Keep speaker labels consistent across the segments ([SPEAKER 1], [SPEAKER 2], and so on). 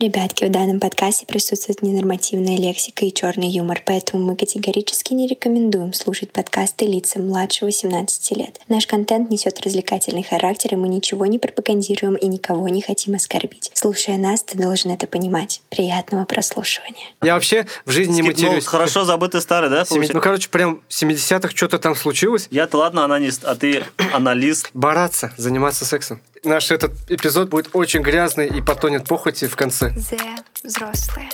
[SPEAKER 1] Ребятки, в данном подкасте присутствует ненормативная лексика и черный юмор, поэтому мы категорически не рекомендуем слушать подкасты лицам младше 18 лет. Наш контент несет развлекательный характер, и мы ничего не пропагандируем и никого не хотим оскорбить. Слушая нас, ты должен это понимать. Приятного прослушивания.
[SPEAKER 2] Я вообще в жизни не
[SPEAKER 3] Скипнул.
[SPEAKER 2] матерюсь.
[SPEAKER 3] ну, Хорошо забытый старый, да?
[SPEAKER 2] Семи- Ну,
[SPEAKER 3] получается?
[SPEAKER 2] короче, прям в 70-х что-то там случилось.
[SPEAKER 3] Я-то ладно анонист, а ты аналист.
[SPEAKER 2] Бараться, заниматься сексом. Наш этот эпизод будет очень грязный и потонет похоти в конце.
[SPEAKER 1] The взрослые.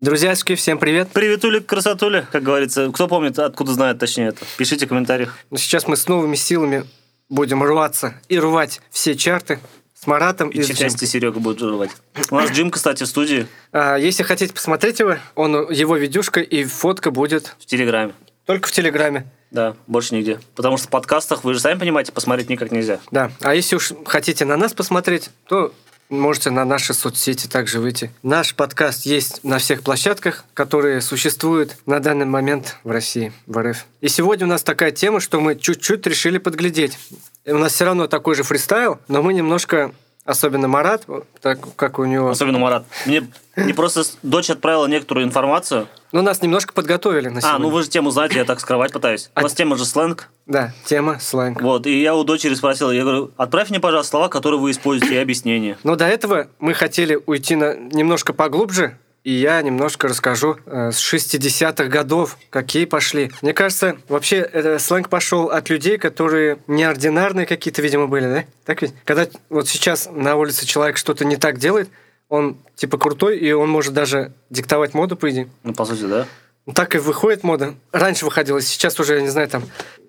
[SPEAKER 2] Друзьяшки, всем привет.
[SPEAKER 3] Приветули, красотули, как говорится. Кто помнит, откуда знает точнее это? Пишите в комментариях.
[SPEAKER 2] Ну, Сейчас мы с новыми силами будем рваться и рвать все чарты с Маратом и,
[SPEAKER 3] И
[SPEAKER 2] с Джимом.
[SPEAKER 3] части Серега будет жрать. У нас Джим, кстати, в студии
[SPEAKER 2] А, если хотите посмотреть его, он, его видюшка и фотка будет
[SPEAKER 3] в Телеграме.
[SPEAKER 2] только в Телеграме.
[SPEAKER 3] Да, больше нигде. Потому что в подкастах, вы же сами понимаете, посмотреть никак нельзя.
[SPEAKER 2] Да. А если уж хотите на нас посмотреть, то можете на наши соцсети также выйти. Наш подкаст есть на всех площадках, которые существуют на данный момент в России, в РФ. И сегодня у нас такая тема, что мы чуть-чуть решили подглядеть. И у нас все равно такой же фристайл, но мы немножко, особенно Марат, вот так как у него...
[SPEAKER 3] Особенно Марат. Мне не просто с- дочь отправила некоторую информацию.
[SPEAKER 2] Ну, нас немножко подготовили на сегодня. А
[SPEAKER 3] А, ну вы же тему знаете, я так скрывать пытаюсь. У вас тема же сленг.
[SPEAKER 2] Да, тема слайм.
[SPEAKER 3] Вот, и я у дочери спросил, я говорю, отправь мне, пожалуйста, слова, которые вы используете, и объяснение.
[SPEAKER 2] Но до этого мы хотели уйти на... немножко поглубже, и я немножко расскажу э, с 60-х годов, какие пошли. Мне кажется, вообще э, сленг пошел от людей, которые неординарные какие-то, видимо, были, да? Так ведь? Когда вот сейчас на улице человек что-то не так делает, он типа крутой, и он может даже диктовать моду, по идее.
[SPEAKER 3] Ну, по сути, да?
[SPEAKER 2] Ну, Так и выходит мода. Раньше выходила, сейчас уже, я не знаю, там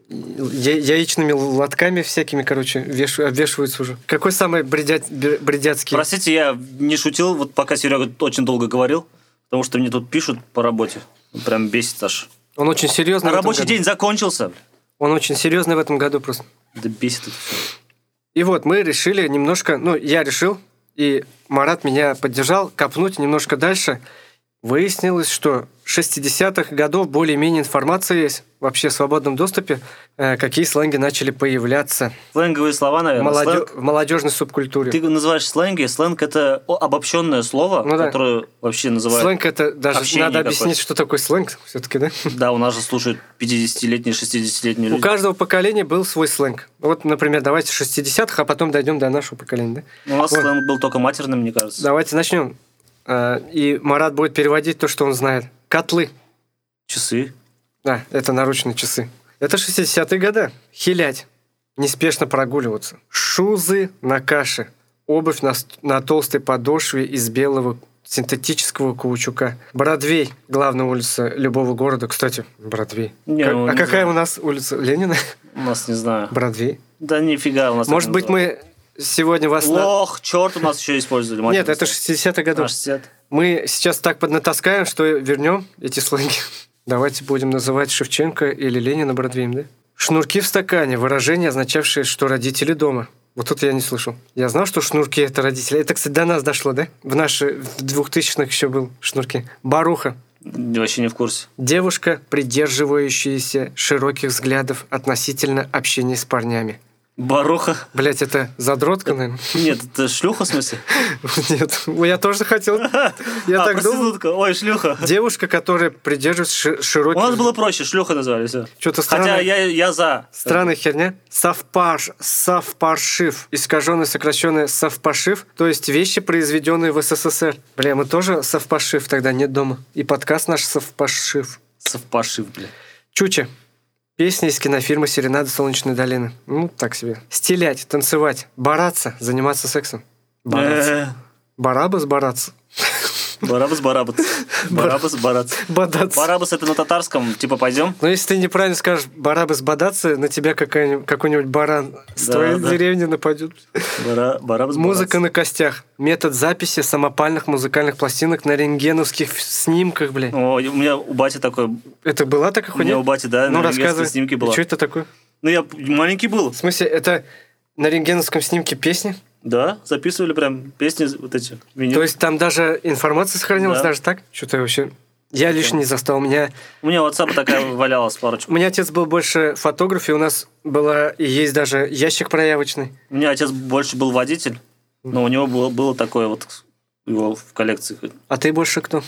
[SPEAKER 2] я- яичными лотками всякими, короче, веш- обвешиваются уже. Какой самый бредя... бре- бредяцкий?
[SPEAKER 3] Простите, я не шутил, вот пока Серега очень долго говорил, потому что мне тут пишут по работе. Прям бесит аж.
[SPEAKER 2] Он очень серьезный.
[SPEAKER 3] А
[SPEAKER 2] в этом
[SPEAKER 3] рабочий
[SPEAKER 2] году.
[SPEAKER 3] день закончился.
[SPEAKER 2] Он очень серьезный в этом году просто.
[SPEAKER 3] Да бесит это все.
[SPEAKER 2] И вот мы решили немножко, ну, я решил, и Марат меня поддержал, копнуть немножко дальше. Выяснилось, что 60-х годов более-менее информация есть вообще в свободном доступе, э, какие сленги начали появляться
[SPEAKER 3] Сленговые слова,
[SPEAKER 2] в,
[SPEAKER 3] наверное.
[SPEAKER 2] молодё-
[SPEAKER 3] Э, Сленг-
[SPEAKER 2] в молодежной субкультуре.
[SPEAKER 3] Ты называешь сленги, сленг это о- обобщенное слово,
[SPEAKER 2] Ну да.
[SPEAKER 3] которое вообще называют...
[SPEAKER 2] Сленг это даже
[SPEAKER 3] общение
[SPEAKER 2] надо
[SPEAKER 3] какое-то.
[SPEAKER 2] объяснить, что такое сленг все-таки, да?
[SPEAKER 3] Да, у нас же слушают 50-летние, 60-летние
[SPEAKER 2] У
[SPEAKER 3] люди.
[SPEAKER 2] каждого поколения был свой сленг. Вот, например, давайте 60-х, а потом дойдем до нашего поколения, да?
[SPEAKER 3] У нас
[SPEAKER 2] Вот.
[SPEAKER 3] сленг был только матерным, мне кажется.
[SPEAKER 2] Давайте начнем. Э, И Марат будет переводить то, что он знает. Котлы.
[SPEAKER 3] Часы.
[SPEAKER 2] Да, это наручные часы. Это 60-е годы. Хилять. Неспешно прогуливаться. Шузы на каше. Обувь на, ст- на толстой подошве из белого синтетического каучука. Бродвей. Главная улица любого города. Кстати, Бродвей.
[SPEAKER 3] Не,
[SPEAKER 2] Как-
[SPEAKER 3] ну,
[SPEAKER 2] а
[SPEAKER 3] не
[SPEAKER 2] какая
[SPEAKER 3] знаю.
[SPEAKER 2] у нас улица? Ленина?
[SPEAKER 3] У нас не знаю.
[SPEAKER 2] Бродвей.
[SPEAKER 3] Да нифига у нас. так
[SPEAKER 2] Может
[SPEAKER 3] не
[SPEAKER 2] быть,
[SPEAKER 3] называют.
[SPEAKER 2] мы сегодня вас... на-
[SPEAKER 3] Лох, черт, у нас еще использовали. А,
[SPEAKER 2] Нет, это
[SPEAKER 3] шестьдесят
[SPEAKER 2] 60-х годов. Мы сейчас так поднатаскаем, что вернем эти сленги. Давайте будем называть Шевченко или Ленина Бродвеем, да? Шнурки в стакане – выражение, означавшее, что родители дома. Вот тут я не слышал. Я знал, что шнурки – это родители. Это, кстати, до нас дошло, да? В наши в 2000-х еще был шнурки. Баруха
[SPEAKER 3] Вообще не в курсе.
[SPEAKER 2] девушка, придерживающаяся широких взглядов относительно общения с парнями.
[SPEAKER 3] Баруха.
[SPEAKER 2] Блять, это задротка, наверное?
[SPEAKER 3] Нет, это шлюха, в смысле?
[SPEAKER 2] Нет, я тоже хотел. Я
[SPEAKER 3] а,
[SPEAKER 2] так думал.
[SPEAKER 3] проститутка. Ой, шлюха.
[SPEAKER 2] Девушка, которая придерживается ши-
[SPEAKER 3] У
[SPEAKER 2] широких...
[SPEAKER 3] нас было проще, шлюха назвали, все.
[SPEAKER 2] Что-то
[SPEAKER 3] Хотя
[SPEAKER 2] странное.
[SPEAKER 3] я, я за.
[SPEAKER 2] Странная херня. Совпаш, совпаршив. Искаженное, сокращенное совпашив, то есть вещи, произведенные в СССР. Бля, мы тоже совпашив тогда нет дома. И подкаст наш совпашив.
[SPEAKER 3] Совпашив, блин.
[SPEAKER 2] Чуча. Песня из кинофильма «Серенада Солнечной долины». Ну, так себе. Стилять, танцевать, бараться, заниматься сексом. Бараться.
[SPEAKER 3] Э,
[SPEAKER 2] Барабас, бараться.
[SPEAKER 3] Барабас, барабас. Барабас, барабас.
[SPEAKER 2] Бодаться.
[SPEAKER 3] Барабас это на татарском, типа пойдем.
[SPEAKER 2] Но Ну, если ты неправильно скажешь «барабас, бодаться», на тебя какая-нибудь- какой-нибудь баран с
[SPEAKER 3] Да,
[SPEAKER 2] твоей
[SPEAKER 3] да.
[SPEAKER 2] деревни нападет.
[SPEAKER 3] Бара- Барабас,
[SPEAKER 2] Музыка
[SPEAKER 3] барабас.
[SPEAKER 2] на костях. Метод записи самопальных музыкальных пластинок на рентгеновских в- снимках, блядь.
[SPEAKER 3] Ой, у меня у бати такой...
[SPEAKER 2] Это была такая
[SPEAKER 3] Ну, У меня
[SPEAKER 2] хуйня?
[SPEAKER 3] у бати, да,
[SPEAKER 2] ну,
[SPEAKER 3] на рентгенские
[SPEAKER 2] рассказывай.
[SPEAKER 3] снимки было.
[SPEAKER 2] Что это такое?
[SPEAKER 3] Ну, я маленький был.
[SPEAKER 2] В смысле, это на рентгеновском снимке песни?
[SPEAKER 3] Да, записывали прям песни вот эти. винил.
[SPEAKER 2] То есть там даже информация сохранилась
[SPEAKER 3] Да.
[SPEAKER 2] даже так? Что-то вообще... Я лишний застал. У меня,
[SPEAKER 3] У меня WhatsApp такая валялась
[SPEAKER 2] у
[SPEAKER 3] парочку.
[SPEAKER 2] меня отец был больше фотограф, и у нас была и есть даже ящик проявочный.
[SPEAKER 3] У меня отец больше был водитель, но у него было, было такое вот его в коллекции.
[SPEAKER 2] А ты больше кто?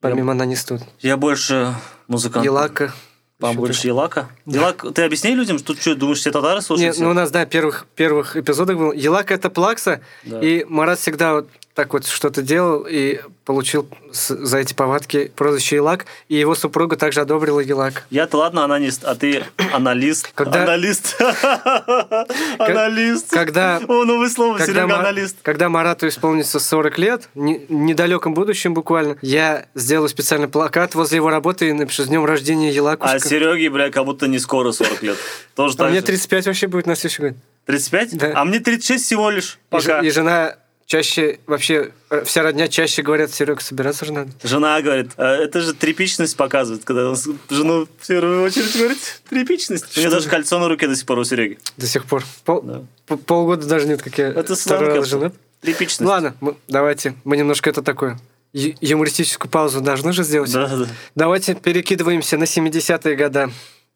[SPEAKER 2] Помимо Нанис тут.
[SPEAKER 3] Я больше музыкант.
[SPEAKER 2] Елака.
[SPEAKER 3] Побольше Елака. Елак, ты объясни людям, что что, думаешь, все татары
[SPEAKER 2] Не,
[SPEAKER 3] слушают?
[SPEAKER 2] ну у нас, да, первых, первых эпизодах был. Елака это плакса,
[SPEAKER 3] Да.
[SPEAKER 2] и Марат всегда вот так вот что-то делал и получил с- за эти повадки прозвище Елак, и его супруга также одобрила Елак.
[SPEAKER 3] Я-то ладно, анонист, а ты аналист.
[SPEAKER 2] Когда-
[SPEAKER 3] Аналист. Аналист.
[SPEAKER 2] когда-
[SPEAKER 3] О, новое слово,
[SPEAKER 2] Когда,
[SPEAKER 3] Серега,
[SPEAKER 2] Ма-
[SPEAKER 3] аналист.
[SPEAKER 2] когда Марату исполнится 40 лет, не- в недалеком будущем буквально, я сделаю специальный плакат возле его работы и напишу «С днем рождения, Елакушка».
[SPEAKER 3] А Сереге, бля, как будто не скоро 40 лет. Тоже
[SPEAKER 2] А
[SPEAKER 3] так
[SPEAKER 2] мне
[SPEAKER 3] же.
[SPEAKER 2] 35 вообще будет на следующий год. И
[SPEAKER 3] 35?
[SPEAKER 2] Да.
[SPEAKER 3] А мне 36 всего лишь. Пока.
[SPEAKER 2] же- И, жена чаще, вообще, э, вся родня чаще говорят, Серег, собираться же надо.
[SPEAKER 3] Жена говорит, «А, это же тряпичность показывает, когда он с- жену в первую очередь говорит, тряпичность. У меня
[SPEAKER 2] Что
[SPEAKER 3] даже
[SPEAKER 2] за-
[SPEAKER 3] кольцо на руке до сих пор у Сереги.
[SPEAKER 2] До сих пор. Пол-
[SPEAKER 3] Да.
[SPEAKER 2] п- Полгода даже нет, как я второй
[SPEAKER 3] Это сладко.
[SPEAKER 2] раз женат.
[SPEAKER 3] Тряпичность.
[SPEAKER 2] Ну Ладно, мы- давайте. Мы немножко это такое. ю- Юмористическую паузу должны же сделать.
[SPEAKER 3] Да, да.
[SPEAKER 2] Давайте перекидываемся на 70-е годы.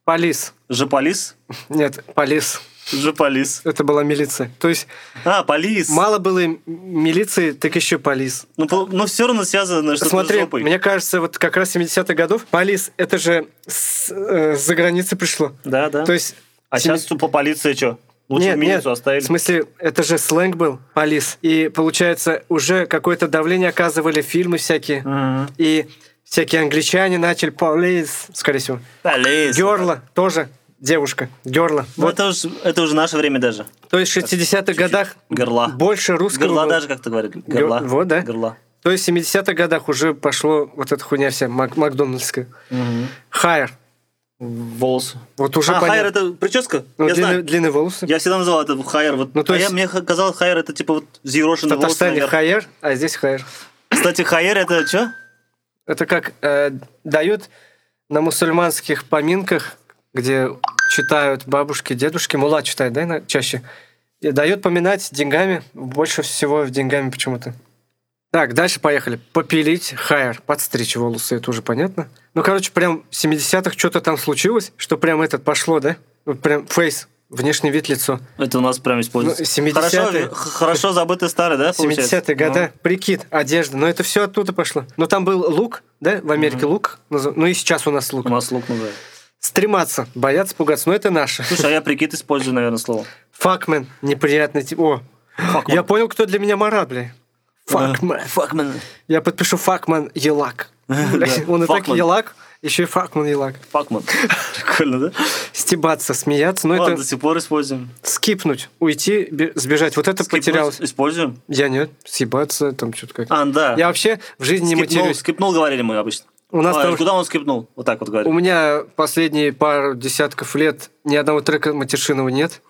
[SPEAKER 2] Полис.
[SPEAKER 3] Жополис?
[SPEAKER 2] Нет, полис.
[SPEAKER 3] Жополис.
[SPEAKER 2] Это была милиция. То есть
[SPEAKER 3] А, полис.
[SPEAKER 2] мало было им милиции, так еще полис.
[SPEAKER 3] Ну, пол- ну все равно связано, что
[SPEAKER 2] Смотри,
[SPEAKER 3] с жопой.
[SPEAKER 2] мне кажется, вот как раз 70-х годов полис, это же с, э, за границы пришло.
[SPEAKER 3] Да, да.
[SPEAKER 2] То есть...
[SPEAKER 3] А
[SPEAKER 2] семи-
[SPEAKER 3] сейчас тупо полиция что? Лучше
[SPEAKER 2] Нет,
[SPEAKER 3] в милицию
[SPEAKER 2] нет,
[SPEAKER 3] оставили.
[SPEAKER 2] В смысле, это же сленг был, полис. И получается, уже какое-то давление оказывали фильмы всякие.
[SPEAKER 3] Мгм.
[SPEAKER 2] И всякие англичане начали полис, скорее всего.
[SPEAKER 3] Полис.
[SPEAKER 2] Герла тоже девушка. Герла.
[SPEAKER 3] Ну,
[SPEAKER 2] Вот.
[SPEAKER 3] это, уже, это уже наше время даже.
[SPEAKER 2] То есть в 60-х годах
[SPEAKER 3] Горла.
[SPEAKER 2] больше русского.
[SPEAKER 3] Горла
[SPEAKER 2] было.
[SPEAKER 3] даже как-то говорит. Горла.
[SPEAKER 2] Гер- вот, да.
[SPEAKER 3] Горла.
[SPEAKER 2] То есть в 70-х годах уже пошло вот эта хуйня вся мак- макдональдская. Хайер.
[SPEAKER 3] Волосы.
[SPEAKER 2] Вот уже
[SPEAKER 3] а,
[SPEAKER 2] понятно.
[SPEAKER 3] хайер это прическа?
[SPEAKER 2] Ну,
[SPEAKER 3] я
[SPEAKER 2] длинные,
[SPEAKER 3] знаю.
[SPEAKER 2] длинные волосы.
[SPEAKER 3] Я всегда называл это хайер. Вот.
[SPEAKER 2] Ну, то
[SPEAKER 3] а я,
[SPEAKER 2] есть-
[SPEAKER 3] мне казалось, хайер это типа вот
[SPEAKER 2] В
[SPEAKER 3] зерошенный волос
[SPEAKER 2] Татарстане
[SPEAKER 3] наверх.
[SPEAKER 2] хайер, а здесь хайер.
[SPEAKER 3] Кстати, хайер это что?
[SPEAKER 2] Это как э, дают на мусульманских поминках, где читают бабушки, дедушки, мула читает, да, на- чаще, и дают поминать деньгами, больше всего деньгами почему-то. Так, дальше поехали. Попилить хайер, подстричь волосы, это уже понятно. Ну, короче, прям в 70-х что-то там случилось, что прям этот пошло, да? Вот прям фейс, внешний вид, лицо.
[SPEAKER 3] Это у нас прям используется.
[SPEAKER 2] Ну, 70-е.
[SPEAKER 3] Хорошо, э, х- хорошо забытый старый, да, получается? Ну,
[SPEAKER 2] 70-е годы, прикид, одежда, но это все оттуда пошло. Но там был лук, да, в Америке лук, назва- ну и сейчас у нас лук.
[SPEAKER 3] Ну, у нас лук называют.
[SPEAKER 2] Стрематься, бояться, пугаться. Но это наше.
[SPEAKER 3] Слушай, а я прикид использую, наверное, слово.
[SPEAKER 2] Факмен, неприятный тип. О,
[SPEAKER 3] Факман.
[SPEAKER 2] я понял, кто для меня Марат, бля. Факмен.
[SPEAKER 3] Факмен.
[SPEAKER 2] Я подпишу Факман Елак. Бля,
[SPEAKER 3] А, Да,
[SPEAKER 2] Он и так
[SPEAKER 3] Факман.
[SPEAKER 2] Елак, еще и Факман Елак.
[SPEAKER 3] Факман. Прикольно, да?
[SPEAKER 2] Стебаться, смеяться, но
[SPEAKER 3] Ладно,
[SPEAKER 2] Ну, это
[SPEAKER 3] до сих пор используем.
[SPEAKER 2] скипнуть, уйти, бе- сбежать. Вот это
[SPEAKER 3] Скипнуть
[SPEAKER 2] потерялось.
[SPEAKER 3] Используем?
[SPEAKER 2] Я нет, съебаться, там что-то как.
[SPEAKER 3] А, да.
[SPEAKER 2] Я вообще в жизни не
[SPEAKER 3] Скипнул,
[SPEAKER 2] матерюсь.
[SPEAKER 3] скипнул, говорили мы обычно.
[SPEAKER 2] У нас
[SPEAKER 3] А,
[SPEAKER 2] там-
[SPEAKER 3] Куда он скипнул? Вот так вот
[SPEAKER 2] У
[SPEAKER 3] говорили.
[SPEAKER 2] меня последние пару десятков лет ни одного трека матершиного нет.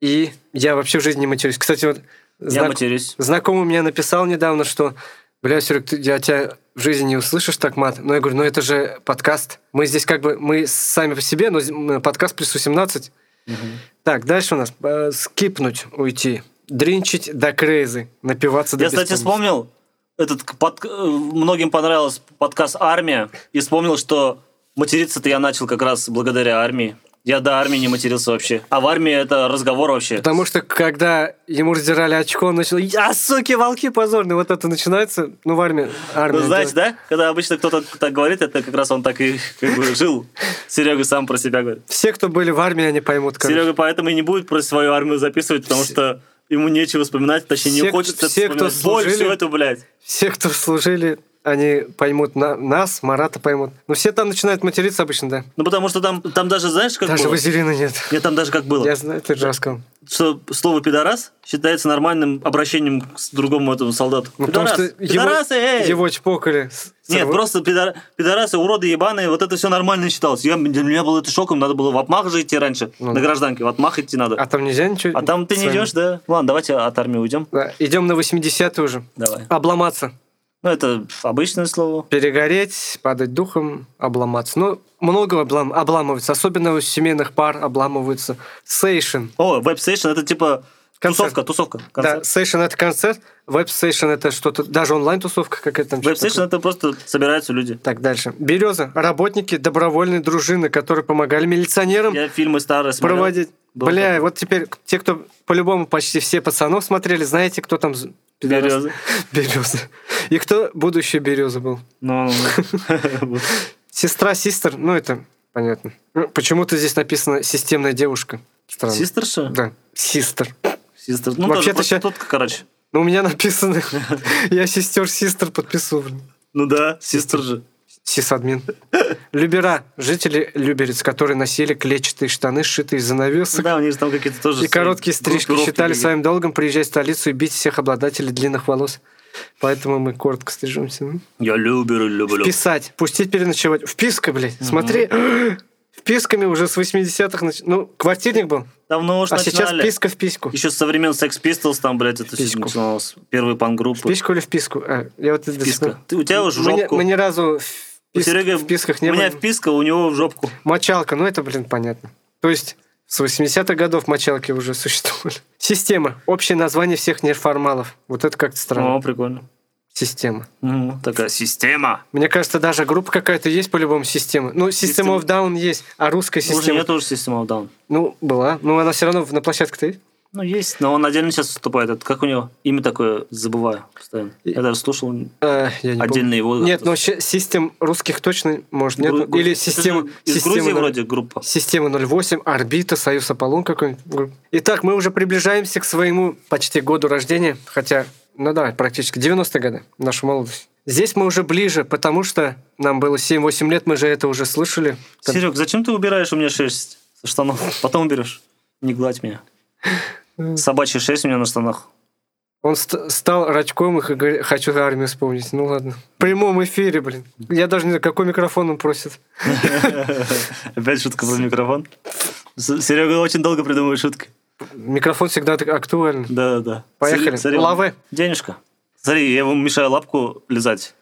[SPEAKER 2] И я вообще в жизни не матерюсь. Кстати, вот
[SPEAKER 3] Я
[SPEAKER 2] знак-
[SPEAKER 3] матерюсь.
[SPEAKER 2] Знакомый мне написал недавно, что Бля, Серег, ты- я тебя в жизни не услышишь так мат. Но я говорю, ну это же подкаст. Мы здесь как бы, мы сами по себе, но з- м, подкаст плюс 18. Так, дальше у нас э, скипнуть, уйти. Дринчить до крейзы, напиваться до
[SPEAKER 3] Я, кстати,
[SPEAKER 2] беспомощности.
[SPEAKER 3] вспомнил, этот к- под- э, многим понравился подкаст «Армия», и вспомнил, что материться-то я начал как раз благодаря армии. Я до армии не матерился вообще. А в армии это разговор вообще.
[SPEAKER 2] Потому что, когда ему раздирали очко, он начал, я, суки, волки позорные. Вот это начинается, ну, в армии. армия
[SPEAKER 3] Ну, знаете,
[SPEAKER 2] делает.
[SPEAKER 3] да? Когда обычно кто-то так говорит, это как раз он так и как бы жил. Серега сам про себя говорит.
[SPEAKER 2] Все, кто были в армии, они поймут, короче.
[SPEAKER 3] Серега поэтому и не будет про свою армию записывать, потому что ему нечего вспоминать, точнее,
[SPEAKER 2] Все,
[SPEAKER 3] не
[SPEAKER 2] кто-
[SPEAKER 3] хочется это
[SPEAKER 2] все, кто
[SPEAKER 3] вспоминать. Боль
[SPEAKER 2] служили-
[SPEAKER 3] всю эту, блядь.
[SPEAKER 2] Все, кто служили, они поймут на- нас, Марата поймут. Но все там начинают материться обычно, да.
[SPEAKER 3] Ну, потому что там, там даже, знаешь, как
[SPEAKER 2] Даже
[SPEAKER 3] было?
[SPEAKER 2] вазелина нет.
[SPEAKER 3] Нет, там даже как было.
[SPEAKER 2] Я знаю, ты же рассказал.
[SPEAKER 3] Что слово «пидорас» считается нормальным обращением к с- другому этому солдату.
[SPEAKER 2] Ну, потому
[SPEAKER 3] «Пидорас!
[SPEAKER 2] что
[SPEAKER 3] Пидорасы,
[SPEAKER 2] его,
[SPEAKER 3] эй!»
[SPEAKER 2] его чпокали. с-
[SPEAKER 3] Нет,
[SPEAKER 2] сорвали.
[SPEAKER 3] просто пидор- пидорасы, уроды ебаные, вот это все нормально считалось. Я, для меня было это шоком, надо было в отмах же идти раньше,
[SPEAKER 2] Ну
[SPEAKER 3] на
[SPEAKER 2] да.
[SPEAKER 3] гражданке, в отмах идти надо.
[SPEAKER 2] А там нельзя ничего?
[SPEAKER 3] А там ты не
[SPEAKER 2] своим?
[SPEAKER 3] идешь, да? Ладно, давайте от армии уйдем.
[SPEAKER 2] Да, Идем на 80-е уже.
[SPEAKER 3] Давай.
[SPEAKER 2] Обломаться.
[SPEAKER 3] Ну, это обычное слово.
[SPEAKER 2] Перегореть, падать духом, обломаться. Ну, много облам... обламывается. Особенно у семейных пар обламываются. Сейшн.
[SPEAKER 3] О, веб-сейшн это типа
[SPEAKER 2] Концерт.
[SPEAKER 3] Тусовка, тусовка.
[SPEAKER 2] Да,
[SPEAKER 3] Концерт.
[SPEAKER 2] сейшн это концерт, веб-сейшн это что-то, даже онлайн-тусовка какая-то там. что-то
[SPEAKER 3] Веб-сейшн это просто собираются люди.
[SPEAKER 2] Так, дальше. Береза. Работники добровольной дружины, которые помогали милиционерам
[SPEAKER 3] Я фильмы старые смотрел.
[SPEAKER 2] проводить.
[SPEAKER 3] Долго.
[SPEAKER 2] Бля, вот теперь те, кто по-любому почти все пацанов смотрели, знаете, кто там... з- пидорас?
[SPEAKER 3] Берёзы.
[SPEAKER 2] Береза. И кто будущий Береза был?
[SPEAKER 3] Ну, ну, ну.
[SPEAKER 2] Сестра, систер, ну это понятно. Ну, Почему-то здесь написано «системная девушка». Странно.
[SPEAKER 3] Систерша?
[SPEAKER 2] Да, систер.
[SPEAKER 3] Систер. Ну,
[SPEAKER 2] Вообще-то
[SPEAKER 3] тоже
[SPEAKER 2] ща-
[SPEAKER 3] проститутка, короче.
[SPEAKER 2] Ну, у меня написано, я сестер систер подписал.
[SPEAKER 3] Ну да, систер же.
[SPEAKER 2] Сисадмин. Любера. Жители Люберец, которые носили клетчатые штаны, сшитые из занавесок.
[SPEAKER 3] Да, у них же там какие-то тоже...
[SPEAKER 2] И
[SPEAKER 3] свои
[SPEAKER 2] короткие стрижки
[SPEAKER 3] группировки
[SPEAKER 2] считали
[SPEAKER 3] какие-то.
[SPEAKER 2] своим долгом приезжать в столицу и бить всех обладателей длинных волос. Поэтому мы коротко стрижемся. ну.
[SPEAKER 3] Я люблю, люблю.
[SPEAKER 2] Вписать. Пустить переночевать. Вписка, блядь. Смотри. Вписками уже с 80-х. нач- Ну, квартирник был.
[SPEAKER 3] Давно уж
[SPEAKER 2] А сейчас
[SPEAKER 3] начинали.
[SPEAKER 2] писка в письку.
[SPEAKER 3] Еще со времен Sex Pistols там, блядь, это все
[SPEAKER 2] Письку.
[SPEAKER 3] начиналось. Первые
[SPEAKER 2] В
[SPEAKER 3] пангруппы.
[SPEAKER 2] письку или в писку? А, я вот это до сих
[SPEAKER 3] Писка.
[SPEAKER 2] пор-
[SPEAKER 3] Ты- У тебя уже в
[SPEAKER 2] Мы не-
[SPEAKER 3] жопку.
[SPEAKER 2] Мы ни разу в,
[SPEAKER 3] Ну, У
[SPEAKER 2] пис-
[SPEAKER 3] Сереги
[SPEAKER 2] в писках не
[SPEAKER 3] У меня
[SPEAKER 2] были.
[SPEAKER 3] вписка, у него в жопку.
[SPEAKER 2] Мочалка, ну это, блин, понятно. То есть с 80-х годов мочалки уже существовали. Система. Общее название всех неформалов. Вот это как-то странно.
[SPEAKER 3] О, прикольно.
[SPEAKER 2] Система.
[SPEAKER 3] Мгм, Такая система.
[SPEAKER 2] Мне кажется, даже группа какая-то есть по-любому система. Ну, система
[SPEAKER 3] Система.
[SPEAKER 2] of Down есть, а русская
[SPEAKER 3] Слушай, у
[SPEAKER 2] система...
[SPEAKER 3] меня тоже система даун.
[SPEAKER 2] Ну, была. Ну, она все равно в- на площадке-то есть.
[SPEAKER 3] Ну, есть, но он отдельно сейчас выступает. Это как у него? Имя такое забываю постоянно.
[SPEAKER 2] И-
[SPEAKER 3] Я даже слушал
[SPEAKER 2] Э, я не
[SPEAKER 3] отдельно его.
[SPEAKER 2] помню. Нет,
[SPEAKER 3] как-то
[SPEAKER 2] но щ- систем русских точно, может, нет.
[SPEAKER 3] Гру-
[SPEAKER 2] ну, Или
[SPEAKER 3] Это же
[SPEAKER 2] система...
[SPEAKER 3] Из
[SPEAKER 2] система
[SPEAKER 3] Грузии
[SPEAKER 2] ноль-
[SPEAKER 3] вроде группа.
[SPEAKER 2] Система 08, орбита, Союз Аполлон какой-нибудь. Итак, мы уже приближаемся к своему почти году рождения, хотя, ну да, практически 90-е годы, наша молодость. Здесь мы уже ближе, потому что нам было 7-8 лет, мы же это уже слышали. Как-
[SPEAKER 3] Серег, зачем ты убираешь у меня шерсть со штанов? Потом уберешь. Не гладь меня. Собачья шерсть у меня на штанах.
[SPEAKER 2] Он ст- стал рачком и х- говорит, хочу армию вспомнить. Ну ладно. В прямом эфире, блин. Я даже не знаю, какой микрофон он просит.
[SPEAKER 3] Опять шутка про микрофон. С- Серега очень долго придумывает шутки.
[SPEAKER 2] Микрофон всегда так актуален.
[SPEAKER 3] Да-да-да.
[SPEAKER 2] Поехали.
[SPEAKER 3] Смотри, смотри,
[SPEAKER 2] Лаве.
[SPEAKER 3] Денежка. Смотри, я ему мешаю лапку лизать.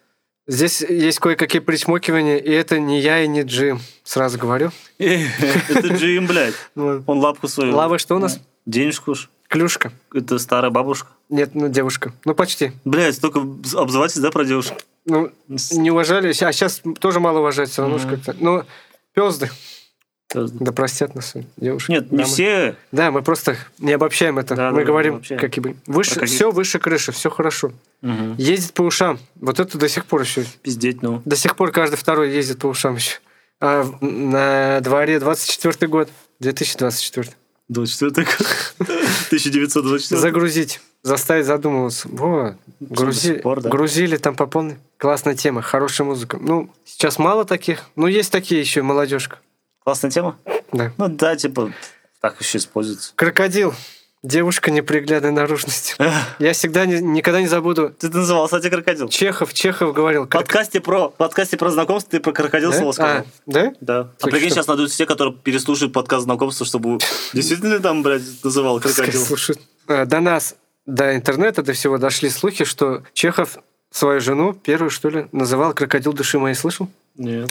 [SPEAKER 2] Здесь есть кое-какие причмокивания, и это не я и не Джим. Сразу говорю.
[SPEAKER 3] Это Джим, блядь.
[SPEAKER 2] Ну,
[SPEAKER 3] Он лапку свою.
[SPEAKER 2] Лава что у нас?
[SPEAKER 3] Денежку уж.
[SPEAKER 2] Клюшка.
[SPEAKER 3] Это старая бабушка.
[SPEAKER 2] Нет, ну девушка. Ну почти.
[SPEAKER 3] Блядь, столько обзывательств, да, про девушек?
[SPEAKER 2] Ну, не уважали, а сейчас тоже мало уважают, все равно ж
[SPEAKER 3] Мгм.
[SPEAKER 2] как-то. Ну, пезды. Да простят нас, девушки.
[SPEAKER 3] Нет, не
[SPEAKER 2] Дамы.
[SPEAKER 3] все.
[SPEAKER 2] Да, мы просто не обобщаем это. мы
[SPEAKER 3] Да, да, да, не
[SPEAKER 2] говорим,
[SPEAKER 3] обобщаем.
[SPEAKER 2] какие бы. Выше,
[SPEAKER 3] Про какие-
[SPEAKER 2] Все выше крыши, все хорошо.
[SPEAKER 3] Мгм.
[SPEAKER 2] Ездит по ушам. Вот это до сих пор еще.
[SPEAKER 3] Пиздеть, ну.
[SPEAKER 2] До сих пор каждый второй ездит по ушам еще. А в- на дворе 24 год, 2024.
[SPEAKER 3] 24 1924.
[SPEAKER 2] Загрузить, заставить задумываться. Вот. Грузи-
[SPEAKER 3] до сих пор, да.
[SPEAKER 2] Грузили там по полной. Классная тема, хорошая музыка. Ну, сейчас мало таких, но есть такие еще молодежка.
[SPEAKER 3] Классная тема.
[SPEAKER 2] Да.
[SPEAKER 3] Ну да, типа, так еще используется.
[SPEAKER 2] Крокодил. Девушка неприглядной наружности.
[SPEAKER 3] Ты
[SPEAKER 2] Я всегда не- никогда не забуду.
[SPEAKER 3] называл, кстати, крокодил.
[SPEAKER 2] Чехов, Чехов говорил.
[SPEAKER 3] В
[SPEAKER 2] крок-
[SPEAKER 3] подкасте про, в подкасте про знакомство ты про крокодил
[SPEAKER 2] Да?
[SPEAKER 3] слово сказал.
[SPEAKER 2] А, да?
[SPEAKER 3] Да. А
[SPEAKER 2] Так
[SPEAKER 3] прикинь,
[SPEAKER 2] что?
[SPEAKER 3] сейчас надуются те, которые переслушают подкаст знакомства, чтобы действительно ли там, блядь, называл крокодил.
[SPEAKER 2] Слушай, э, до нас, до интернета, до всего дошли слухи, что Чехов свою жену, первую, что ли, называл крокодил души моей, слышал?
[SPEAKER 3] Нет.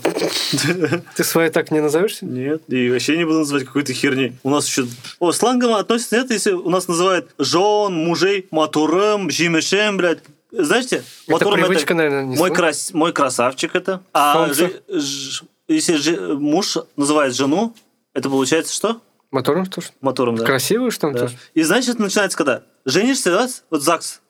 [SPEAKER 2] Ты свою так не назовешься?
[SPEAKER 3] Нет. И вообще не буду называть какой-то херни. У нас еще... О, слангом относится, нет, если у нас называют жен, мужей, матурым, жимешем, блядь. Знаете,
[SPEAKER 2] Это
[SPEAKER 3] матурым
[SPEAKER 2] привычка, наверное, не
[SPEAKER 3] мой,
[SPEAKER 2] слышал.
[SPEAKER 3] крас... мой красавчик это. А
[SPEAKER 2] Солнце.
[SPEAKER 3] жи- ж- если жи- муж называет жену, это получается что?
[SPEAKER 2] Мотором тоже?
[SPEAKER 3] Матурым, да.
[SPEAKER 2] Красивую, что там
[SPEAKER 3] Да.
[SPEAKER 2] тоже?
[SPEAKER 3] И знаешь, это начинается когда? Женишься, да? Вот ЗАГС.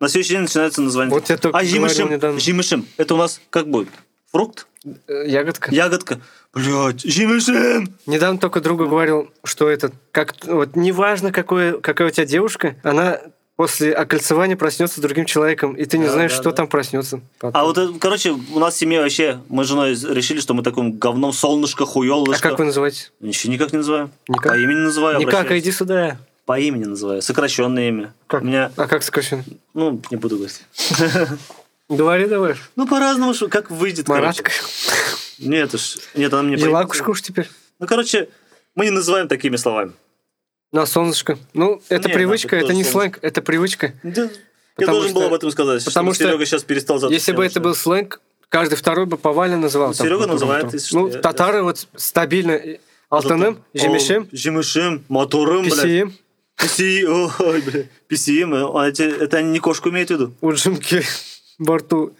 [SPEAKER 3] На следующий день начинается название.
[SPEAKER 2] Вот я только
[SPEAKER 3] а жимышим,
[SPEAKER 2] говорил недавно.
[SPEAKER 3] жимышим, это у нас как будет? Фрукт?
[SPEAKER 2] Э, Ягодка.
[SPEAKER 3] Ягодка? Блядь, жимышим!
[SPEAKER 2] Недавно только другу говорил, что этот, как, вот неважно, какое, какая у тебя девушка, она после окольцевания проснется с другим человеком, и ты не
[SPEAKER 3] Да,
[SPEAKER 2] знаешь,
[SPEAKER 3] да,
[SPEAKER 2] что
[SPEAKER 3] да.
[SPEAKER 2] там проснется. потом.
[SPEAKER 3] А вот, это, короче, у нас семья вообще, мы с женой решили, что мы таким говном солнышко,
[SPEAKER 2] А
[SPEAKER 3] хуёлышко.
[SPEAKER 2] как вы называете? Никак,
[SPEAKER 3] Ничего никак не называем.
[SPEAKER 2] Никак?
[SPEAKER 3] По имени называю.
[SPEAKER 2] Никак, а
[SPEAKER 3] обращаюсь.
[SPEAKER 2] иди сюда.
[SPEAKER 3] По имени называю, сокращенное имя.
[SPEAKER 2] Как?
[SPEAKER 3] У меня,
[SPEAKER 2] А как сокращенно?
[SPEAKER 3] ну, не буду говорить.
[SPEAKER 2] Говори давай.
[SPEAKER 3] Ну, по-разному, что- как выйдет,
[SPEAKER 2] Маратка.
[SPEAKER 3] короче. Нет, уж, нет, она мне... по-
[SPEAKER 2] Елакушка уж теперь.
[SPEAKER 3] Ну, короче, мы не называем такими словами.
[SPEAKER 2] На солнышко. Ну, это
[SPEAKER 3] Не,
[SPEAKER 2] привычка,
[SPEAKER 3] нахуй,
[SPEAKER 2] это
[SPEAKER 3] тоже
[SPEAKER 2] не сленг,
[SPEAKER 3] солнышко.
[SPEAKER 2] это привычка.
[SPEAKER 3] Да. Я
[SPEAKER 2] Потому
[SPEAKER 3] должен
[SPEAKER 2] что-
[SPEAKER 3] был об этом сказать.
[SPEAKER 2] потому
[SPEAKER 3] чтобы
[SPEAKER 2] что
[SPEAKER 3] Серега сейчас перестал завтра
[SPEAKER 2] Если бы
[SPEAKER 3] всем
[SPEAKER 2] это
[SPEAKER 3] начинать.
[SPEAKER 2] был сленг, каждый второй бы Поваля называл.
[SPEAKER 3] Ну,
[SPEAKER 2] там,
[SPEAKER 3] Серега
[SPEAKER 2] потом,
[SPEAKER 3] называет,
[SPEAKER 2] потом.
[SPEAKER 3] если
[SPEAKER 2] Ну,
[SPEAKER 3] что, я-
[SPEAKER 2] татары вот стабильно. э, Алтаным,
[SPEAKER 3] О,
[SPEAKER 2] Жемешем,
[SPEAKER 3] Жемешем, Матурым, блядь.
[SPEAKER 2] Писием.
[SPEAKER 3] PCI, ой, бля, PCI, а эти- это они не кошку имеют в виду?
[SPEAKER 2] У Джимки во рту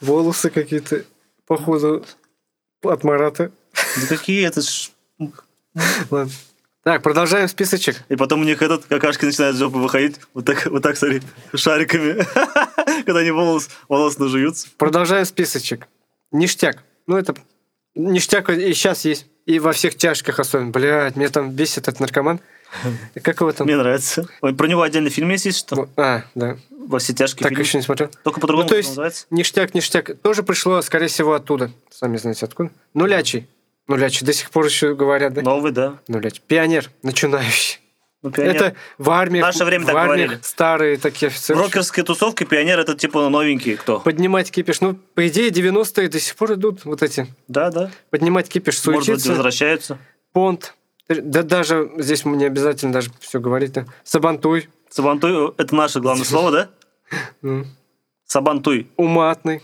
[SPEAKER 2] волосы какие-то, походу, от Марата.
[SPEAKER 3] Да какие это ж...
[SPEAKER 2] Ладно. Так, продолжаем списочек.
[SPEAKER 3] И потом у них этот какашки начинает с жопы выходить, вот так, вот так, смотри, шариками, когда они волос, волос нажуются.
[SPEAKER 2] Продолжаем списочек. Ништяк. Ну, это... Ништяк и сейчас есть. И во всех тяжких особенно. Блядь, меня там бесит этот наркоман. Как его там?
[SPEAKER 3] Мне нравится. Ой, Про него отдельный фильм есть, если что?
[SPEAKER 2] Во- А, да.
[SPEAKER 3] Во все тяжкие
[SPEAKER 2] Так
[SPEAKER 3] фильмы.
[SPEAKER 2] еще не смотрел.
[SPEAKER 3] Только по-другому
[SPEAKER 2] Ну, то есть-
[SPEAKER 3] называется.
[SPEAKER 2] Ништяк, ништяк. Тоже пришло, скорее всего, оттуда. Сами знаете откуда. Нулячий. Нулячий. До сих пор еще говорят, да?
[SPEAKER 3] Новый, да.
[SPEAKER 2] Нулячий. Пионер. Начинающий.
[SPEAKER 3] Ну, пионер.
[SPEAKER 2] Это в армии.
[SPEAKER 3] В наше время
[SPEAKER 2] в
[SPEAKER 3] так
[SPEAKER 2] армиях
[SPEAKER 3] говорили.
[SPEAKER 2] Старые такие офицеры.
[SPEAKER 3] Брокерская тусовка, пионер, это типа новенький кто?
[SPEAKER 2] Поднимать кипиш. Ну, по идее, 90-е до сих пор идут вот эти.
[SPEAKER 3] Да, да.
[SPEAKER 2] Поднимать кипиш,
[SPEAKER 3] Может быть,
[SPEAKER 2] суетиться.
[SPEAKER 3] возвращаются.
[SPEAKER 2] Понт. Да даже здесь не обязательно даже все говорить. да. Сабантуй.
[SPEAKER 3] Сабантуй, это наше главное слово, да?
[SPEAKER 2] М.
[SPEAKER 3] Сабантуй.
[SPEAKER 2] Уматный.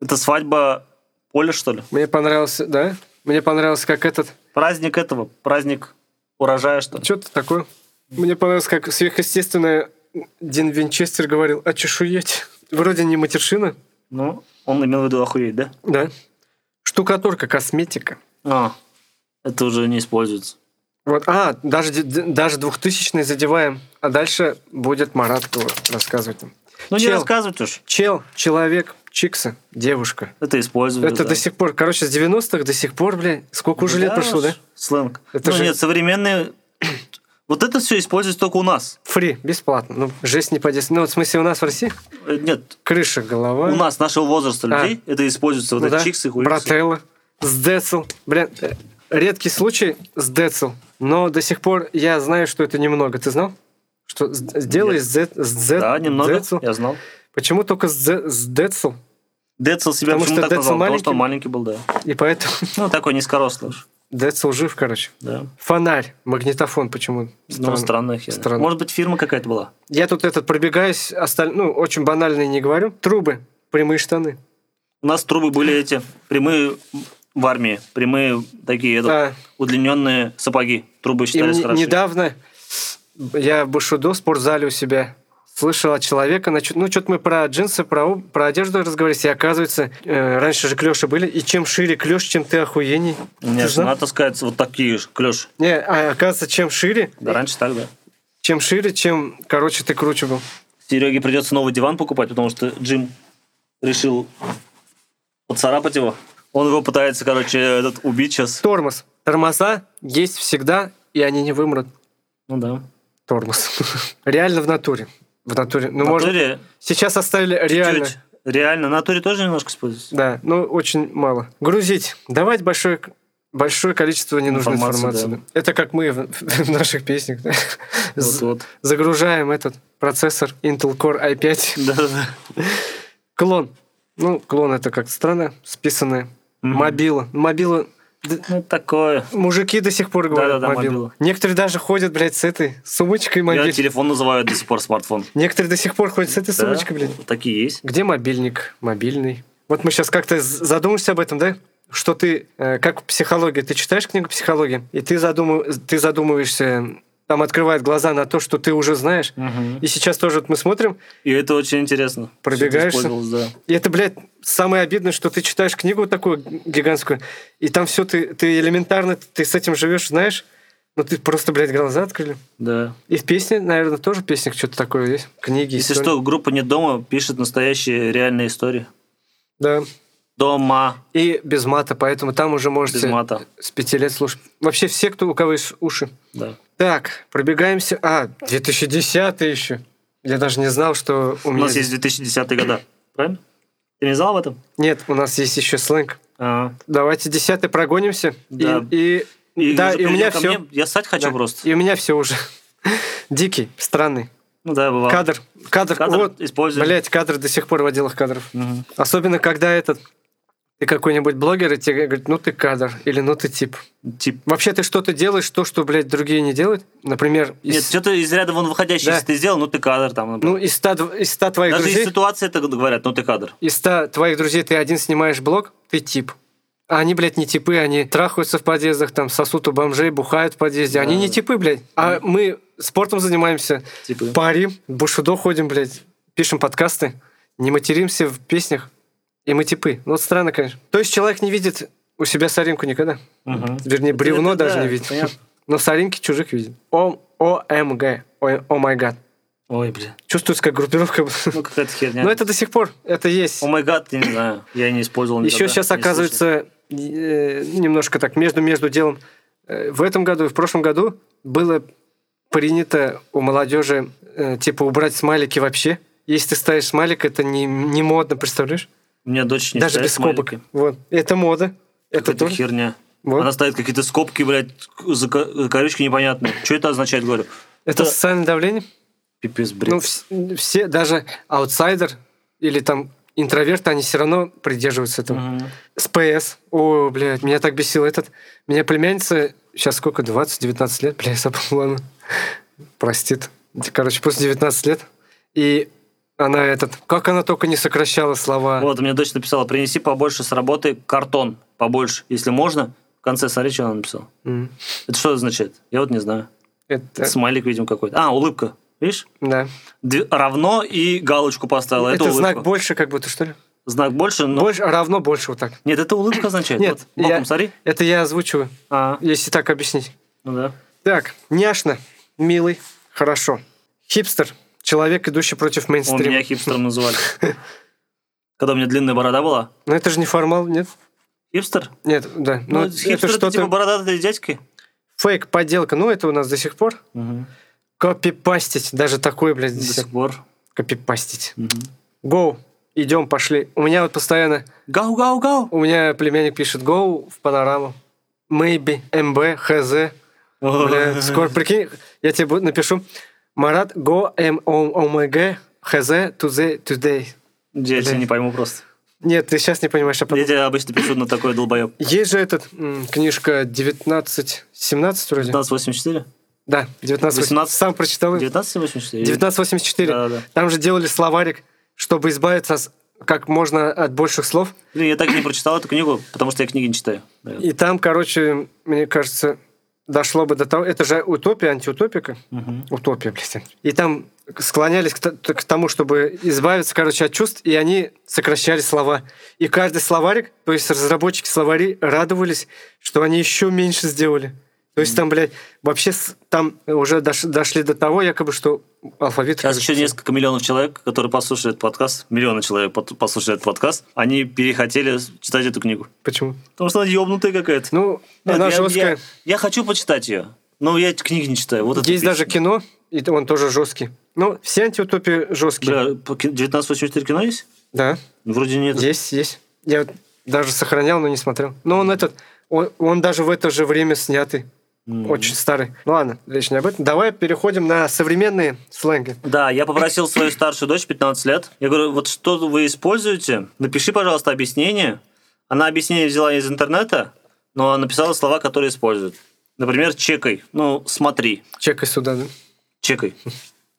[SPEAKER 3] Это свадьба поля, что ли?
[SPEAKER 2] Мне понравился, да? Мне понравился, как этот.
[SPEAKER 3] Праздник этого, праздник урожая, что ли?
[SPEAKER 2] Что-то такое. Мне понравилось, как сверхъестественное Дин Винчестер говорил о чешуеть. Вроде не матершина,
[SPEAKER 3] Ну, он имел в виду охуеть, да?
[SPEAKER 2] да? Штукатурка, косметика.
[SPEAKER 3] А, это уже не используется.
[SPEAKER 2] Вот, а, даже, ди- ди- даже 2000 задеваем, а дальше будет Марат его рассказывать. нам.
[SPEAKER 3] Ну, не
[SPEAKER 2] Чел.
[SPEAKER 3] рассказывать уж.
[SPEAKER 2] Чел, человек, чикса, девушка.
[SPEAKER 3] Это используется.
[SPEAKER 2] Это до сих пор, короче, с 90-х до сих пор, блин, сколько уже лет прошло, да?
[SPEAKER 3] Сленг.
[SPEAKER 2] Это
[SPEAKER 3] ну,
[SPEAKER 2] же-
[SPEAKER 3] нет, современные... Вот это все используется только у нас.
[SPEAKER 2] Фри, бесплатно. Ну, жесть не поделись. Ну, вот в смысле, у нас в России
[SPEAKER 3] Э, Нет,
[SPEAKER 2] крыша, голова.
[SPEAKER 3] у нас, нашего возраста
[SPEAKER 2] А.
[SPEAKER 3] людей, это используется. Вот
[SPEAKER 2] Ну
[SPEAKER 3] эти
[SPEAKER 2] да,
[SPEAKER 3] чиксы, хуиксы.
[SPEAKER 2] Брателло, Сдецл. Блин, э, редкий случай Сдецл. Но до сих пор я знаю, что это немного. Ты знал? Что с- сделай
[SPEAKER 3] Нет.
[SPEAKER 2] Сдет- Сдет-
[SPEAKER 3] Да, немного,
[SPEAKER 2] Сдецл?
[SPEAKER 3] я знал.
[SPEAKER 2] Почему только Сде- Сдецл?
[SPEAKER 3] Децл себя
[SPEAKER 2] Потому
[SPEAKER 3] почему
[SPEAKER 2] что
[SPEAKER 3] так
[SPEAKER 2] Децл
[SPEAKER 3] назвал? Потому что он
[SPEAKER 2] маленький
[SPEAKER 3] маленький был, да.
[SPEAKER 2] И поэтому
[SPEAKER 3] Ну, такой низкорослый уж,
[SPEAKER 2] Децл жив, короче.
[SPEAKER 3] да.
[SPEAKER 2] Фонарь, магнитофон почему?
[SPEAKER 3] Ну,
[SPEAKER 2] Странно.
[SPEAKER 3] странная херня.
[SPEAKER 2] Странно.
[SPEAKER 3] Может быть, фирма какая-то была?
[SPEAKER 2] Я тут этот пробегаюсь, осталь... ну, очень банальные не говорю. Трубы, прямые штаны.
[SPEAKER 3] У нас трубы были эти прямые в армии, прямые такие этот,
[SPEAKER 2] Да.
[SPEAKER 3] удлиненные сапоги. Трубы
[SPEAKER 2] И
[SPEAKER 3] считались
[SPEAKER 2] мне
[SPEAKER 3] хорошо.
[SPEAKER 2] недавно я в Бушудо, в спортзале у себя, слышал от человека, нач- ну, что-то мы про джинсы, про, об- про одежду разговаривали, и оказывается, э, раньше же клёши были, и чем шире клёш, чем ты охуеней.
[SPEAKER 3] У меня
[SPEAKER 2] Ты
[SPEAKER 3] жена
[SPEAKER 2] знал?
[SPEAKER 3] таскается вот такие же, клеш.
[SPEAKER 2] Не, а оказывается, чем шире,
[SPEAKER 3] Да, раньше так, да.
[SPEAKER 2] чем шире, чем, короче, ты круче был.
[SPEAKER 3] Сереге придется новый диван покупать, потому что Джим решил поцарапать его. Он его пытается, короче, этот убить сейчас.
[SPEAKER 2] Тормоз. Тормоза есть всегда, и они не вымрут.
[SPEAKER 3] Ну да.
[SPEAKER 2] Тормоз. Реально в натуре. В натуре. Ну,
[SPEAKER 3] В
[SPEAKER 2] может,
[SPEAKER 3] натуре
[SPEAKER 2] сейчас оставили реально.
[SPEAKER 3] чуть-чуть. Реально, в натуре тоже немножко используется.
[SPEAKER 2] Да, но очень мало. Грузить, давать большое, большое количество ненужной
[SPEAKER 3] Информации,
[SPEAKER 2] информации. да. Это как мы в, в наших песнях. да. З-
[SPEAKER 3] Вот, вот.
[SPEAKER 2] Загружаем этот процессор Intel Core i5.
[SPEAKER 3] Да-да-да.
[SPEAKER 2] Клон. Ну, клон это как страна списанная.
[SPEAKER 3] Мгм.
[SPEAKER 2] Мобила. Мобила. Д-
[SPEAKER 3] Ну, такое.
[SPEAKER 2] Мужики до сих пор говорят
[SPEAKER 3] Да-да-да,
[SPEAKER 2] мобила.
[SPEAKER 3] мобила.
[SPEAKER 2] Некоторые даже ходят, блядь, с этой сумочкой
[SPEAKER 3] Я
[SPEAKER 2] мобиль.
[SPEAKER 3] телефон называю до сих пор смартфон.
[SPEAKER 2] Некоторые до сих пор ходят с этой
[SPEAKER 3] Да,
[SPEAKER 2] сумочкой, блядь.
[SPEAKER 3] вот Такие есть.
[SPEAKER 2] Где мобильник? Мобильный. Вот мы сейчас как-то з- задумаемся об этом, да? Что ты, э, как психология, ты читаешь книгу психологии, и ты, задуму- ты задумываешься, там открывает глаза на то, что ты уже знаешь. И сейчас тоже вот мы смотрим,
[SPEAKER 3] И это очень интересно.
[SPEAKER 2] Пробегаешься?
[SPEAKER 3] Всё это использовалось, да.
[SPEAKER 2] и это, блядь, самое обидное, что ты читаешь книгу такую гигантскую, и там все ты, ты элементарно, ты с этим живешь, знаешь, но ты просто, блядь, глаза открыли.
[SPEAKER 3] Да.
[SPEAKER 2] И в песне, наверное, тоже в песнях что-то такое есть. Книги,
[SPEAKER 3] Если
[SPEAKER 2] истории.
[SPEAKER 3] что, группа «Нет дома» пишет настоящие реальные истории.
[SPEAKER 2] Да.
[SPEAKER 3] Дома.
[SPEAKER 2] И без мата, поэтому там уже можете...
[SPEAKER 3] Без мата.
[SPEAKER 2] С пяти лет слушать. Вообще все, кто у кого есть уши.
[SPEAKER 3] Да.
[SPEAKER 2] Так, пробегаемся. А, 2010 еще. Я даже не знал, что у
[SPEAKER 3] У
[SPEAKER 2] меня...
[SPEAKER 3] нас есть
[SPEAKER 2] здесь-
[SPEAKER 3] 2010 года. Правильно? Ты не знал об этом?
[SPEAKER 2] Нет, у нас есть еще сленг.
[SPEAKER 3] А.
[SPEAKER 2] Давайте десятый прогонимся. И-
[SPEAKER 3] Да.
[SPEAKER 2] И, да,
[SPEAKER 3] уже
[SPEAKER 2] и у меня
[SPEAKER 3] перейдём ко
[SPEAKER 2] все.
[SPEAKER 3] мне. Я ссать хочу просто.
[SPEAKER 2] И у меня все уже. Дикий, странный.
[SPEAKER 3] Ну да, бывало.
[SPEAKER 2] Кадр. Кадр.
[SPEAKER 3] Кадр
[SPEAKER 2] вот.
[SPEAKER 3] используем.
[SPEAKER 2] Блять, кадр до сих пор в отделах кадров.
[SPEAKER 3] Мгм.
[SPEAKER 2] Особенно, когда этот ты какой-нибудь блогер, и тебе говорят, ну ты кадр, или ну ты тип.
[SPEAKER 3] Тип.
[SPEAKER 2] Вообще, ты что-то делаешь, то, что, блядь, другие не делают. Например,
[SPEAKER 3] Нет,
[SPEAKER 2] из-
[SPEAKER 3] что-то из ряда вон выходящий,
[SPEAKER 2] Да.
[SPEAKER 3] если ты сделал, ну ты кадр там. например.
[SPEAKER 2] Ну, из 100, дв- из 100 твоих
[SPEAKER 3] Даже из
[SPEAKER 2] друзей,
[SPEAKER 3] ситуации это говорят, ну ты кадр.
[SPEAKER 2] из 100 твоих друзей ты один снимаешь блог, ты тип. А они, блядь, не типы, они трахаются в подъездах, там сосут у бомжей, бухают в подъезде. Они не типы, блядь. А мы спортом занимаемся,
[SPEAKER 3] Типа.
[SPEAKER 2] парим, в бушудо ходим, блядь, пишем подкасты, не материмся в песнях, и мы типы. Ну, вот странно, конечно. То есть человек не видит у себя соринку никогда?
[SPEAKER 3] Мгм.
[SPEAKER 2] Вернее, бревно
[SPEAKER 3] Это
[SPEAKER 2] даже
[SPEAKER 3] да,
[SPEAKER 2] не видит.
[SPEAKER 3] понятно.
[SPEAKER 2] Но соринки чужих видит. О, ОМГ. Ой, О май гад.
[SPEAKER 3] Ой, бля.
[SPEAKER 2] Чувствуется, как группировка.
[SPEAKER 3] Ну, какая-то херня.
[SPEAKER 2] Но это до сих пор, это есть.
[SPEAKER 3] О май гад, я не знаю. Я не использовал
[SPEAKER 2] Еще
[SPEAKER 3] никогда,
[SPEAKER 2] сейчас,
[SPEAKER 3] не
[SPEAKER 2] оказывается, э, немножко так между-между делом. э, В этом году и в прошлом году было принято у молодежи э, типа убрать смайлики вообще. Если ты ставишь смайлик, это не, не модно, представляешь?
[SPEAKER 3] слышал. У меня дочь не
[SPEAKER 2] Даже
[SPEAKER 3] ставит
[SPEAKER 2] без скобок.
[SPEAKER 3] смайлики.
[SPEAKER 2] Вот. Это мода. Это
[SPEAKER 3] Какая-то
[SPEAKER 2] тоже.
[SPEAKER 3] херня.
[SPEAKER 2] Вот.
[SPEAKER 3] Она ставит какие-то скобки, блядь, зака- закорючки непонятные. Что это означает, говорю?
[SPEAKER 2] Это социальное давление.
[SPEAKER 3] пипец, бред.
[SPEAKER 2] Ну, вс- все, даже аутсайдер или там интроверты, они все равно придерживаются этого.
[SPEAKER 3] Мгм.
[SPEAKER 2] С ПС. О, блядь, меня так бесил этот. Меня племянница, сейчас сколько, 20-19 лет, блядь, забыл, ладно. Простит. Короче, просто 19 лет. И она этот... Как она только не сокращала слова.
[SPEAKER 3] Вот, мне дочь написала, принеси побольше с работы картон, побольше, если можно. В конце смотри, что она написала.
[SPEAKER 2] М.
[SPEAKER 3] Это что означает? Я вот не знаю.
[SPEAKER 2] Это,
[SPEAKER 3] Смайлик, видимо, какой-то. А, улыбка. Видишь?
[SPEAKER 2] да.
[SPEAKER 3] Две- равно и галочку поставила. Это,
[SPEAKER 2] это знак
[SPEAKER 3] улыбка.
[SPEAKER 2] больше как будто, что ли?
[SPEAKER 3] Знак больше, но...
[SPEAKER 2] Больше, равно больше вот так.
[SPEAKER 3] Нет, это улыбка означает.
[SPEAKER 2] Нет,
[SPEAKER 3] вот, боком
[SPEAKER 2] я-
[SPEAKER 3] смотри.
[SPEAKER 2] Это я озвучиваю,
[SPEAKER 3] А,
[SPEAKER 2] если так объяснить.
[SPEAKER 3] ну да.
[SPEAKER 2] Так, няшно, милый, хорошо. Хипстер, человек, идущий против
[SPEAKER 3] Он меня
[SPEAKER 2] мейнстрима.
[SPEAKER 3] хипстером называли. Когда у меня длинная борода была.
[SPEAKER 2] Но это же не формал, нет?
[SPEAKER 3] Хипстер?
[SPEAKER 2] Нет, да. Но
[SPEAKER 3] ну, хипстер
[SPEAKER 2] это
[SPEAKER 3] это,
[SPEAKER 2] что-то
[SPEAKER 3] типа бородатый дядьки.
[SPEAKER 2] фейк, подделка. Ну, это у нас до сих пор. Копипастить, даже такой, блядь,
[SPEAKER 3] До
[SPEAKER 2] здесь.
[SPEAKER 3] сих пор.
[SPEAKER 2] Копипастить. Гоу, идем, пошли. У меня вот постоянно,
[SPEAKER 3] Гау-гау-гау.
[SPEAKER 2] у меня племянник пишет гоу в панораму. Maybe, МБ, ХЗ. Бля, скоро, прикинь, я тебе бу- напишу. Марат, go, M, O, M, G, ХЗ, today, today.
[SPEAKER 3] Я тебя
[SPEAKER 2] Бля.
[SPEAKER 3] не пойму просто.
[SPEAKER 2] Нет, ты сейчас не понимаешь, а потом.
[SPEAKER 3] Я тебя обычно пишу на такой долбоеб.
[SPEAKER 2] Есть же этот м, книжка 1917 вроде.
[SPEAKER 3] 1984?
[SPEAKER 2] Да, 1918.
[SPEAKER 3] 18.
[SPEAKER 2] Сам прочитал.
[SPEAKER 3] 1984?
[SPEAKER 2] 1984.
[SPEAKER 3] Да, да.
[SPEAKER 2] Там же делали словарик, чтобы избавиться с- как можно от больших слов.
[SPEAKER 3] Блин, Ну, я так и не прочитал эту книгу, потому что я книги не читаю. Да.
[SPEAKER 2] И там, короче, мне кажется, дошло бы до того... Это же утопия, антиутопика.
[SPEAKER 3] Мгм.
[SPEAKER 2] Утопия, блядь. И там склонялись к, т- к тому, чтобы избавиться, короче, от чувств, и они сокращали слова. И каждый словарик, то есть разработчики словари радовались, что они еще меньше сделали. То есть там, блядь, вообще с- там уже дош- дошли до того, якобы, что алфавит...
[SPEAKER 3] Сейчас еще
[SPEAKER 2] короче,
[SPEAKER 3] несколько миллионов человек, которые послушают подкаст, миллионы человек пот- послушают этот подкаст, они перехотели читать эту книгу.
[SPEAKER 2] Почему?
[SPEAKER 3] Потому что она ебнутая какая-то.
[SPEAKER 2] Ну,
[SPEAKER 3] Нет,
[SPEAKER 2] она
[SPEAKER 3] я,
[SPEAKER 2] жесткая.
[SPEAKER 3] я- я хочу почитать ее, но я эти книги не читаю. Вот это
[SPEAKER 2] Есть
[SPEAKER 3] пи-
[SPEAKER 2] даже кино, и т- он тоже жесткий. Ну, все антиутопии жесткие.
[SPEAKER 3] Бля, по ки- 1984 кино есть?
[SPEAKER 2] Да,
[SPEAKER 3] Вроде нет.
[SPEAKER 2] есть, есть. Я вот даже сохранял, но не смотрел. Но он этот, он, он даже в это же время снятый.
[SPEAKER 3] М.
[SPEAKER 2] Очень старый. Ну ладно, речь не об этом. Давай переходим на современные сленги.
[SPEAKER 3] Да, я попросил свою старшую дочь, 15 лет. Я говорю, вот что вы используете? Напиши, пожалуйста, объяснение. Она объяснение взяла из интернета, но написала слова, которые используют. Например, чекай. Ну, смотри,
[SPEAKER 2] Чекай сюда, да?
[SPEAKER 3] чекай.